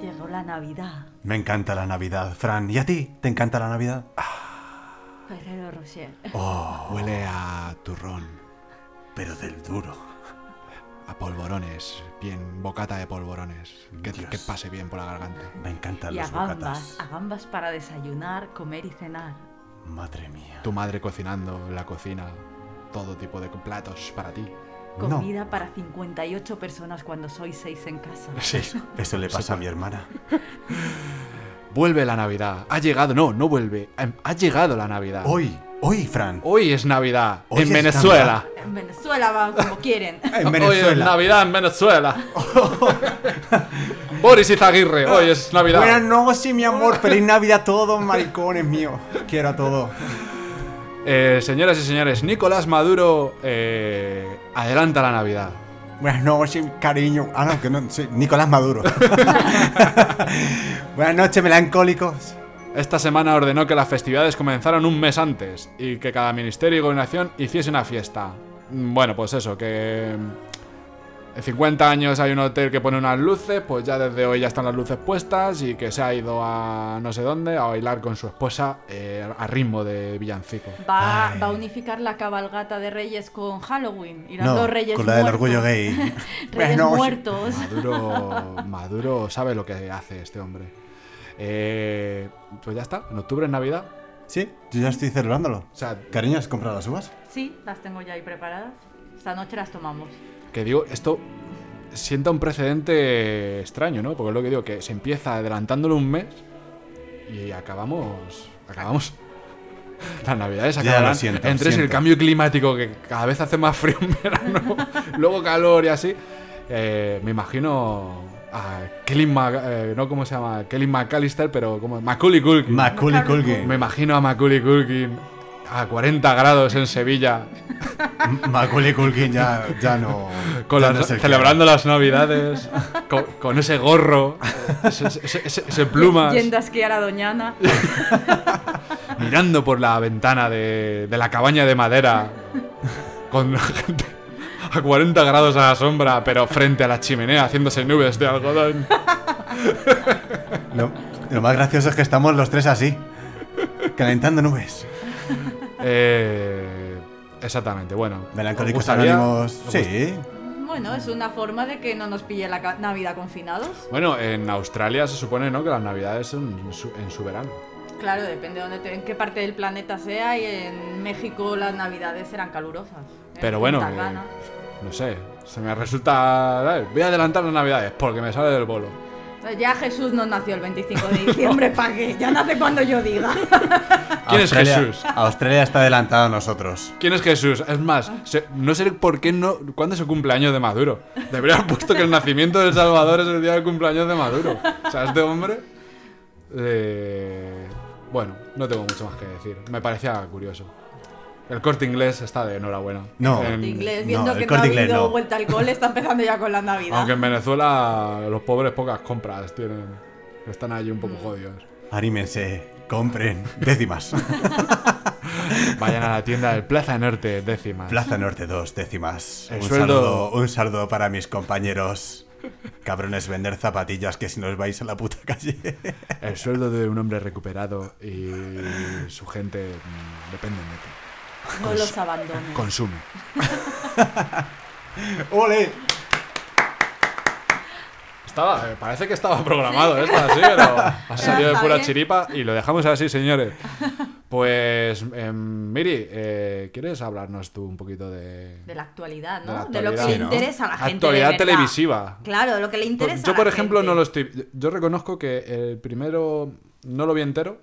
Llegó la Navidad.
Me encanta la Navidad, Fran. ¿Y a ti? ¿Te encanta la Navidad? Ah,
Ferrero Rocher.
Huele a turrón.
pero del duro.
a polvorones, bien bocata de polvorones, que,
Dios.
que pase bien por la garganta.
Me encantan
Y a
los bocatas.
gambas. A gambas para desayunar, comer y cenar.
Madre mía.
Tu madre cocinando en la cocina, todo tipo de platos para ti.
No.
Comida para 58 personas cuando sois 6 en casa.
Eso le pasa a mi hermana.
Vuelve la Navidad, ha llegado, no, no vuelve, ha- ha llegado la Navidad.
Hoy, hoy, Fran.
Hoy es Navidad,
Hoy
en
es
Venezuela.
En Venezuela van como quieren.
En
Hoy es
Venezuela.
Navidad en Venezuela. Boris Izaguirre, hoy es Navidad.
Ah, Buenas noches, mi amor. Feliz Navidad a todos, maricones míos. Quiero a todos.
Eh, señoras y señores, Nicolás Maduro eh, adelanta la Navidad.
Buenas noches, cariño. Ah, no, que no, soy Nicolás Maduro. Buenas noches, melancólicos.
Esta semana ordenó que las festividades comenzaran un mes antes y que cada ministerio y gobernación hiciese una fiesta. Mm, Bueno, pues eso, que mm, en 50 años hay un hotel que pone unas luces, pues ya desde hoy ya están las luces puestas y que se ha ido a no sé dónde a bailar con su esposa eh, a ritmo de villancico.
Va, va a unificar la cabalgata de Reyes con Halloween. Y los
No,
dos Reyes
con la del
muertos.
orgullo gay.
Reyes
Bueno, sí.
muertos.
Maduro, Maduro sabe lo que hace este hombre. Eh, pues ya está, en octubre es Navidad.
Sí, yo ya estoy celebrándolo.
O sea,
Cariño, ¿has comprado las uvas?
Sí, las tengo ya ahí preparadas. Esta noche las tomamos.
Que digo, esto sienta un precedente extraño, ¿no? Porque es lo que digo, que se empieza adelantándolo un mes y acabamos. Acabamos. Las navidades
Ya, lo
acabarán.
siento,
entre eso y el
siento.
cambio climático, que cada vez hace más frío en verano, luego calor y así. eh, me imagino a Kelly Mac- eh, no cómo se llama, Kelly McAllister, pero como Macaulay Culkin.
Macaulay
me
Culkin.
imagino a Macaulay Culkin a 40 grados en Sevilla
Macaulay Culkin ya, ya no.
Con
ya
las-
no es el que
celebrando las navidades, con, con ese gorro, ese, ese- ese- ese plumas,
Yendo a esquiar a Doñana.
mirando por la ventana de, de la cabaña de madera, con gente a 40 grados a la sombra, pero frente a la chimenea haciéndose nubes de algodón.
era. Lo, lo más gracioso es que estamos los tres así, calentando nubes.
Eh, exactamente, bueno.
Melancólicos
¿os gustaría?
anónimos.
¿Os gust-
Sí.
Bueno, es una forma de que no nos pille la ca- Navidad confinados.
Bueno, en Australia se supone ¿no? que las navidades son en su, en su verano.
Claro, depende de dónde te- en qué parte del planeta sea y en México las navidades serán calurosas. ¿eh?
Pero bueno,
Punta
eh,
Cana.
no sé, se me resulta... ¿sabes? Voy a adelantar las navidades porque me sale del bolo.
Ya Jesús no nació el 25 de diciembre, ¿para qué? Ya nace cuando yo diga.
¿Quién es
Australia-
Jesús?
Australia está adelantado a nosotros.
¿Quién es Jesús? Es más, se- no sé por qué no. ¿Cuándo es el cumpleaños de Maduro? Debería haber puesto que el nacimiento del Salvador es el día del cumpleaños de Maduro. O sea, este hombre. Eh, bueno, no tengo mucho más que decir. Me parecía curioso. El corte inglés está de enhorabuena.
No.
En-
Corte inglés,
Mm, No,
viendo
el
que no ha
Corte Inglés
habido
no.
vuelta al gol, está empezando ya con la Navidad.
aunque en Venezuela los pobres pocas compras tienen. Están allí un poco
Mm.
jodidos.
Anímense, compren décimas.
Vayan a la tienda del Plaza Norte, décimas.
Plaza Norte 2, décimas.
El
un,
sueldo-
saludo, un saludo para mis compañeros. Cabrones, vender zapatillas que si nos vais a la puta calle.
El sueldo de un hombre recuperado y su gente mm, dependen de ti. Pues
no los abandones.
Consume.
¡Ole!
Estaba, eh, parece que estaba programado esto así, pero ha salido de
está
pura
bien.
chiripa y lo dejamos así, señores. Pues, em, Miri, eh, ¿quieres hablarnos tú un poquito de...?
De la actualidad,
De la
¿no? De, lo que
actualidad.
le
Sí, ¿no?
interesa a la gente. de
Actualidad
verdad.
televisiva.
Claro, de lo que le
Por-
interesa.
Yo,
a
por
la
ejemplo, no
gente.
lo estoy... Yo reconozco que el primero no lo vi entero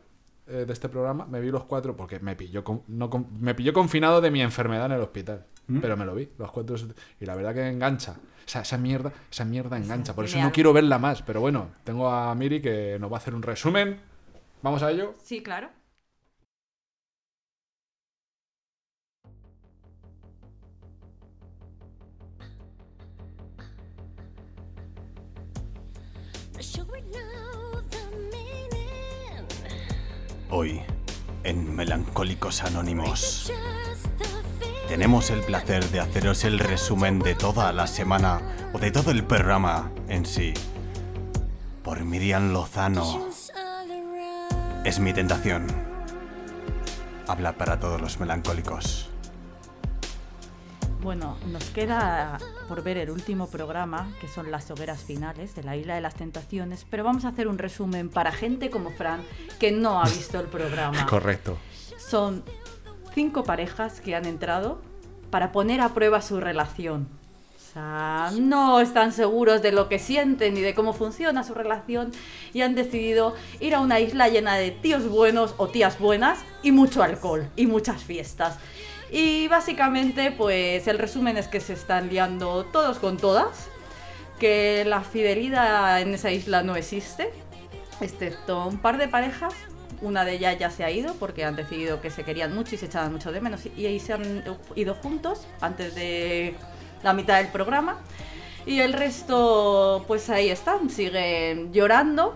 eh, de este programa, me vi los cuatro porque me pilló, con- no con- me pilló confinado de mi enfermedad en el hospital. Pero me lo vi, los cuatro. Y la verdad que engancha. O sea, esa mierda, esa mierda engancha. Por eso
tiene
no
algo.
quiero verla más. Pero bueno, tengo a Miri que nos va a hacer un resumen. Vamos a ello.
Sí, claro.
Sure we know the meaning.
Hoy, en Melancólicos Anónimos,
Just the feeling.
tenemos el placer de haceros el resumen de toda la semana o de todo el programa en sí. Por Miriam Lozano.
Just all around.
Es mi tentación. Habla para todos los melancólicos.
Bueno, nos queda por ver el último programa, que son las hogueras finales de la Isla de las Tentaciones, pero vamos a hacer un resumen para gente como Fran que no ha visto el programa.
Correcto.
Son cinco parejas que han entrado para poner a prueba su relación. O sea, no están seguros de lo que sienten ni de cómo funciona su relación y han decidido ir a una isla llena de tíos buenos o tías buenas y mucho alcohol y muchas fiestas. Y básicamente, pues el resumen es que se están liando todos con todas, que la fidelidad en esa isla no existe, excepto un par de parejas. Una de ellas ya se ha ido porque han decidido que se querían mucho y se echaban mucho de menos y ahí se han ido juntos antes de la mitad del programa. Y el resto, pues ahí están, siguen llorando,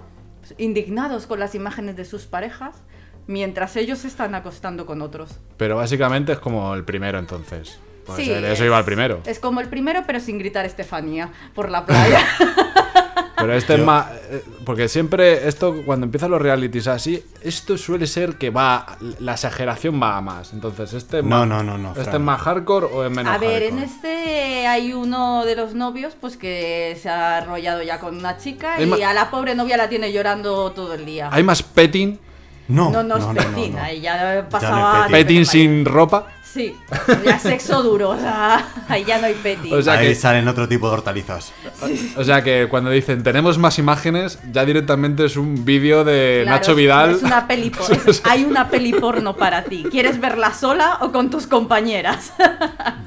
indignados con las imágenes de sus parejas, mientras ellos se están acostando con otros.
Pero básicamente es como el primero entonces. Pues
Sí,
eh, de eso
es-
iba el primero.
Es como el primero, pero sin gritar Estefanía por la playa.
Pero este es
Yo-
más. eh, Porque siempre, esto, cuando empiezan los realities así, esto suele ser que va. La exageración va a más. Entonces, este es
No,
más-
no, no, no,
¿Este
Fran.
es más hardcore o es menos
A ver, en
hardcore?
este hay uno de los novios pues que se ha arrollado ya con una chica
Hay
y
ma-
a la pobre novia la tiene llorando todo el día.
Hay más petting.
No,
no, no, es
no, no,
petina,
no.
ahí ya
no
pasaba...
es
a
petting.
Petting sin ropa.
Sí, ya sexo duro, o sea, ahí ya no hay petting.
O sea,
Ahí
que-
salen otro tipo de hortalizas.
O sea que cuando dicen tenemos más imágenes, ya directamente es un vídeo de
Claro,
Nacho
es-
Vidal.
es una peli por- es- hay una peli porno para ti. ¿Quieres verla sola o con tus compañeras?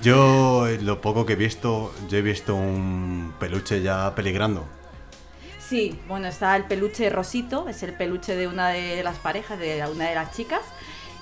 Yo, eh, lo poco que he visto, yo he visto un peluche ya peligrando.
Sí, bueno, está el peluche Rosito, es el peluche de una de las parejas, de una de las chicas.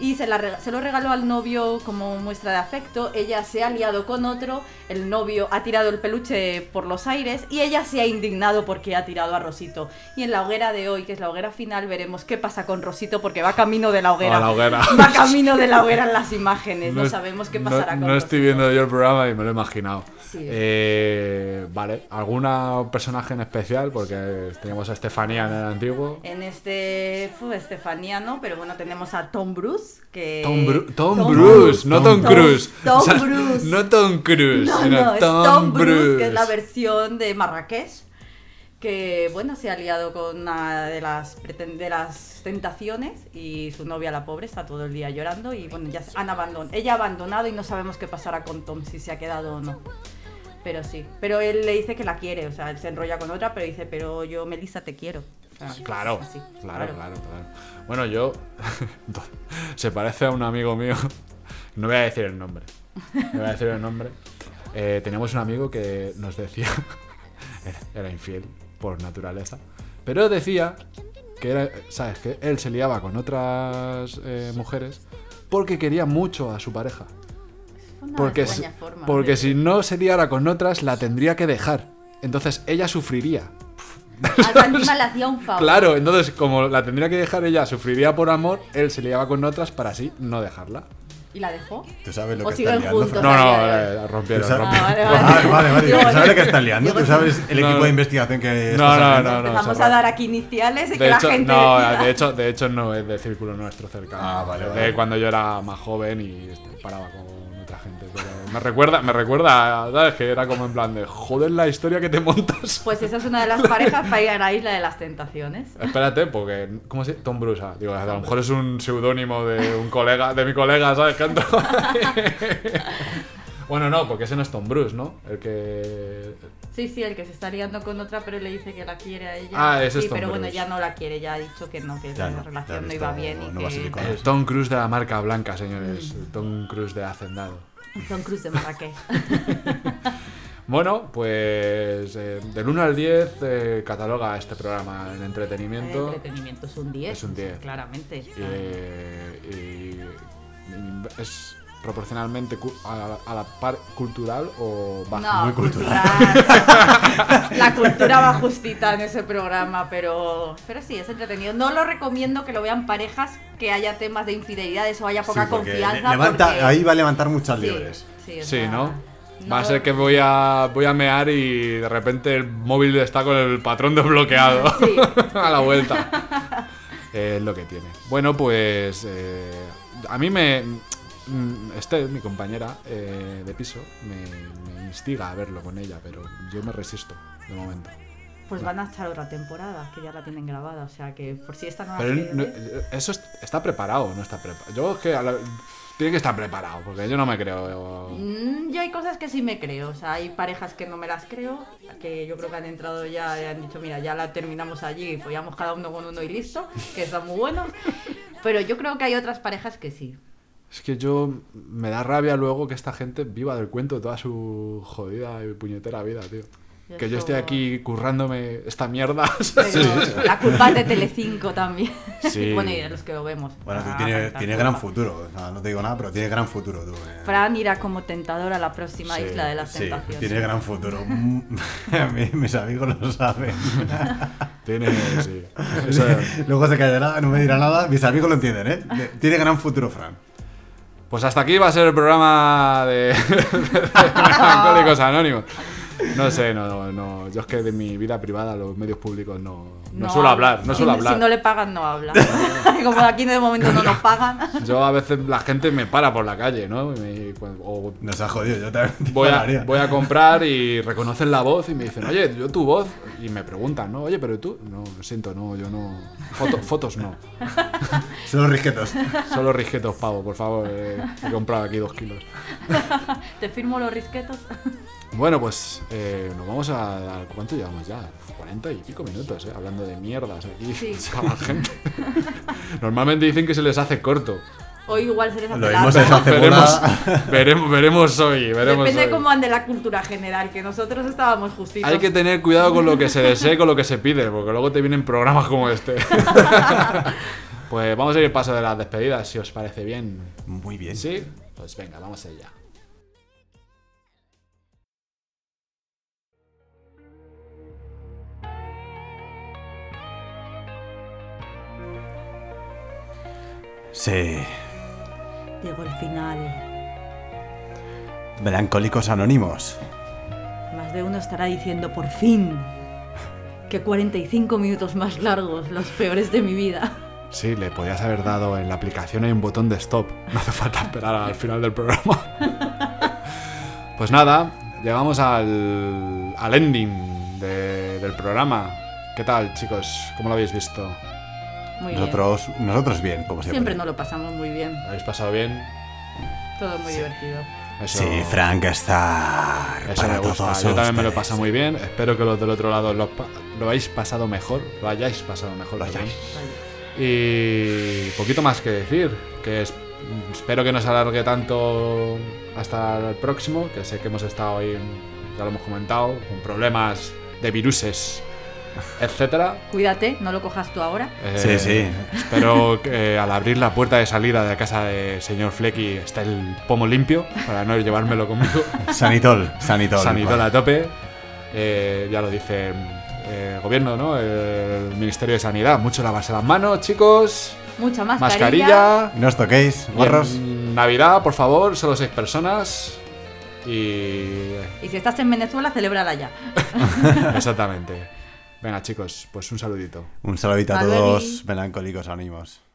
Y se, la rega- se lo regaló al novio como muestra de afecto. Ella se ha liado con otro, el novio ha tirado el peluche por los aires y ella se ha indignado porque ha tirado a Rosito. Y en la hoguera de hoy, que es la hoguera final, veremos qué pasa con Rosito porque va camino de la hoguera.
A la hoguera.
Va camino de la hoguera en las imágenes. No,
es-
sabemos qué
no-
pasará
No,
con
estoy
Rosito.
viendo yo el programa y me lo he imaginado.
Sí.
Eh, vale, ¿alguna personaje en especial? Porque teníamos a Estefanía en el antiguo.
En este fue Estefanía, ¿no? Pero bueno, tenemos a Tom Bruce, que...
Tom, Bru- Tom Bruce, no Tom, Cruise.
Eh, Tom,
O sea,
Bruce.
No Tom Cruise,
No,
sino
no, es
Tom,
Bruce,
Bruce.
que es la versión de Marrakech, que, bueno, se ha liado con una de las, preten- de las tentaciones y su novia, la pobre, está todo el día llorando y, bueno, ya se- han abandonado. Ella ha abandonado y no sabemos qué pasará con Tom, si se ha quedado o no. Pero sí, pero él le dice que la quiere, o sea, él se enrolla con otra, pero dice, pero yo, Melissa, te quiero. O sea,
Claro,
así,
claro, claro, claro. Bueno, yo. se parece a un amigo mío. No voy a decir el nombre. No voy a decir el nombre. Eh, teníamos un amigo que nos decía. era- Era infiel por naturaleza. Pero decía que era, ¿sabes? Que él se liaba con otras eh, mujeres porque quería mucho a su pareja.
Fue una
Porque, si-
extraña forma.
porque si no se liara con otras, la tendría que dejar. Entonces ella sufriría.
A Fátima le hacía un favor.
Claro, entonces como la tendría que dejar ella, sufriría por amor, él se liaba con otras para así no dejarla.
¿Y la dejó?
Tú sabes lo
O
que
siguen
estás liando,
juntos.
Fran.
No, no,
Todavía,
eh, la
Tú
rompieron.
sabes-
rompieron.
vale, vale.
Ah, vale, vale.
Digo,
¿Tú sabes lo que
no.
estás liando? ¿Tú sabes el
No,
equipo
no.
de investigación que
No,
estás
no,
abriendo?
no, no.
Empezamos
se
a
va.
dar aquí iniciales y que
De
la
hecho,
gente.
no, eh,
decida.
de hecho, de hecho no es de círculo nuestro cercano.
Ah, vale,
Es
vale.
De cuando yo era más joven y este, paraba con otra gente. Pero me recuerda, me recuerda, ¿sabes? Que era como en plan de joder la historia que te montas.
Pues esa es una de las parejas para ir a la isla de las tentaciones.
Espérate, porque. ¿Cómo se Tom Bruce. ah, Digo, a lo mejor es un seudónimo de un colega, de mi colega, ¿sabes? Que entró ahí. bueno, no, porque ese no es Tom Bruce, ¿no? El que.
Sí, sí, el que se está liando con otra, pero le dice que la quiere a ella.
Ah, ese es
sí,
Tom
pero bueno,
Cruise.
ya no la quiere, ya ha dicho que no, que
Ya
esa
no, ya
relación no
visto,
iba bien y
no va a
que.
seguir con
El Tom Cruise de la marca blanca, señores. El Tom Cruise de Hacendado.
Tom Cruise de Marrakech.
Bueno, pues eh, del 1 al 10 eh, cataloga este programa en entretenimiento.
El entretenimiento es un 10.
Es un 10.
Claramente.
y, eh, y- y es proporcionalmente cu- a, la- a la par cultural o baja.
No,
muy
cultural.
cultural.
La cultura va justita en ese programa, pero, pero sí, es entretenido. No lo recomiendo que lo vean parejas que haya temas de infidelidades o haya
Sí,
poca
porque
confianza.
levanta-
porque-
Ahí va a levantar muchas
Sí,
libres.
sí, o
Sí,
sea,
¿no? Va a ser que voy a voy a mear y de repente el móvil está con el patrón desbloqueado
Sí.
a la vuelta. Eh, es lo que tiene. Bueno, pues eh, a mí me mm, Esther, mi compañera eh, de piso, me, me instiga a verlo con ella, pero yo me resisto de momento.
Pues van a estar otra temporada, que ya la tienen grabada, o sea que por si esta no la
Pero
quieren
no-
ver.
eso es- está preparado, o no está preparado. Yo es que a la- tiene que estar preparado, porque yo no me creo.
Mm, Yo hay cosas que sí me creo, o sea, hay parejas que no me las creo, que yo creo que han entrado ya y han dicho, mira, ya la terminamos allí, follamos cada uno con uno y listo, que está muy bueno. Pero yo creo que hay otras parejas que sí.
Es que yo me da rabia luego que esta gente viva del cuento toda su jodida y puñetera vida, tío.
Ya
Que yo
es
esté
como-
aquí currándome esta mierda.
Pero
¿sabes?
la culpa es de Telecinco también.
Sí.
bueno, y de los que lo vemos.
Bueno, tú
Ah,
tienes,
tanta
tienes
culpa.
gran futuro. O sea, no te digo nada, pero tienes gran futuro tú. eh.
Fran irá como tentador a la próxima
Sí,
isla de las
Sí,
tentaciones.
tiene gran futuro. Mm, Mi- Mis amigos lo saben.
Tiene, sí. O sea,
Luego se callará, no me dirá nada. Mis amigos lo entienden, ¿eh? De- Tiene gran futuro, Fran.
pues hasta aquí va a ser el programa de, de Melancólicos Anónimos. No sé, no, no, no. Yo es que de mi vida privada, los medios públicos no, no, suelo
habla.
hablar, no
Si-
suelo hablar.
Si no le pagan, no habla. Como aquí de momento no nos pagan.
Yo a veces la gente me para por la calle, ¿no? Y me- o
Nos ha jodido, yo también. te
voy a,
pararía.
voy a comprar y reconocen la voz y me dicen, oye, yo tu voz. Y me preguntan, ¿no? Oye, pero tú. No, lo siento, no, yo no. Foto- fotos no.
Son los risquetos.
Solo risquetos, pavo, por favor. eh, he comprado aquí dos kilos.
Te firmo los risquetos.
Bueno, pues eh, nos vamos a, a- ¿Cuánto llevamos ya? 40 y pico minutos, ¿eh? Hablando de mierdas aquí.
Sí.
a la gente. Normalmente dicen que se les hace corto.
O igual se les hace
Lo vimos
largo.
en pues Hace
Veremos,
bola.
veremos, veremos hoy. Veremos
Depende
hoy.
cómo ande la cultura general, que nosotros estábamos justitos.
Hay que tener cuidado con lo que se desee, con lo que se pide, porque luego te vienen programas como este. pues vamos a ir paso de las despedidas, si os parece bien.
Muy bien.
¿Sí? Pues venga, vamos allá.
Sí.
Llegó el final.
Melancólicos anónimos.
Más de uno estará diciendo por fin que 45 minutos más largos, los peores de mi vida.
Sí, le podías haber dado en la aplicación hay un botón de stop. No hace falta esperar al final del programa. pues nada, llegamos al, al ending de- del programa. ¿Qué tal, chicos? ¿Cómo lo habéis visto?
Muy
Nosotros, nosotros bien, como
bien.
siempre.
Siempre nos lo pasamos muy bien.
¿Lo habéis pasado bien?
Todo muy divertido.
Eso-
Sí, Frank está
Eso
para
me gusta,
todos
yo también me lo he
ustedes.
pasado muy bien. Espero que los del otro lado lo, pa- lo hayáis pasado mejor, lo hayáis pasado mejor.
Lo
perdón.
hayáis.
Y poquito más que decir, que es- espero que no se alargue tanto hasta el próximo, que sé que hemos estado ahí, ya lo hemos comentado, con problemas de viruses etcétera.
Cuídate, no lo cojas tú ahora.
Eh,
Sí, sí.
Espero que eh, al abrir la puerta de salida de casa de señor Flecky esté el pomo limpio para no llevármelo conmigo.
Sanitol, sanitol.
Sanitol a tope. Eh, ya lo dice eh, el gobierno, ¿no? El Ministerio de Sanidad. Mucho lavarse las manos, chicos.
Mucha mascarilla.
Mascarilla.
No os toquéis,
Y en
morros.
Navidad, por favor, solo seis personas. Y.
Y si estás en Venezuela, celébrala ya.
Exactamente. Venga, chicos, pues un saludito.
Un saludito a
Hasta luego.
todos melancólicos ánimos.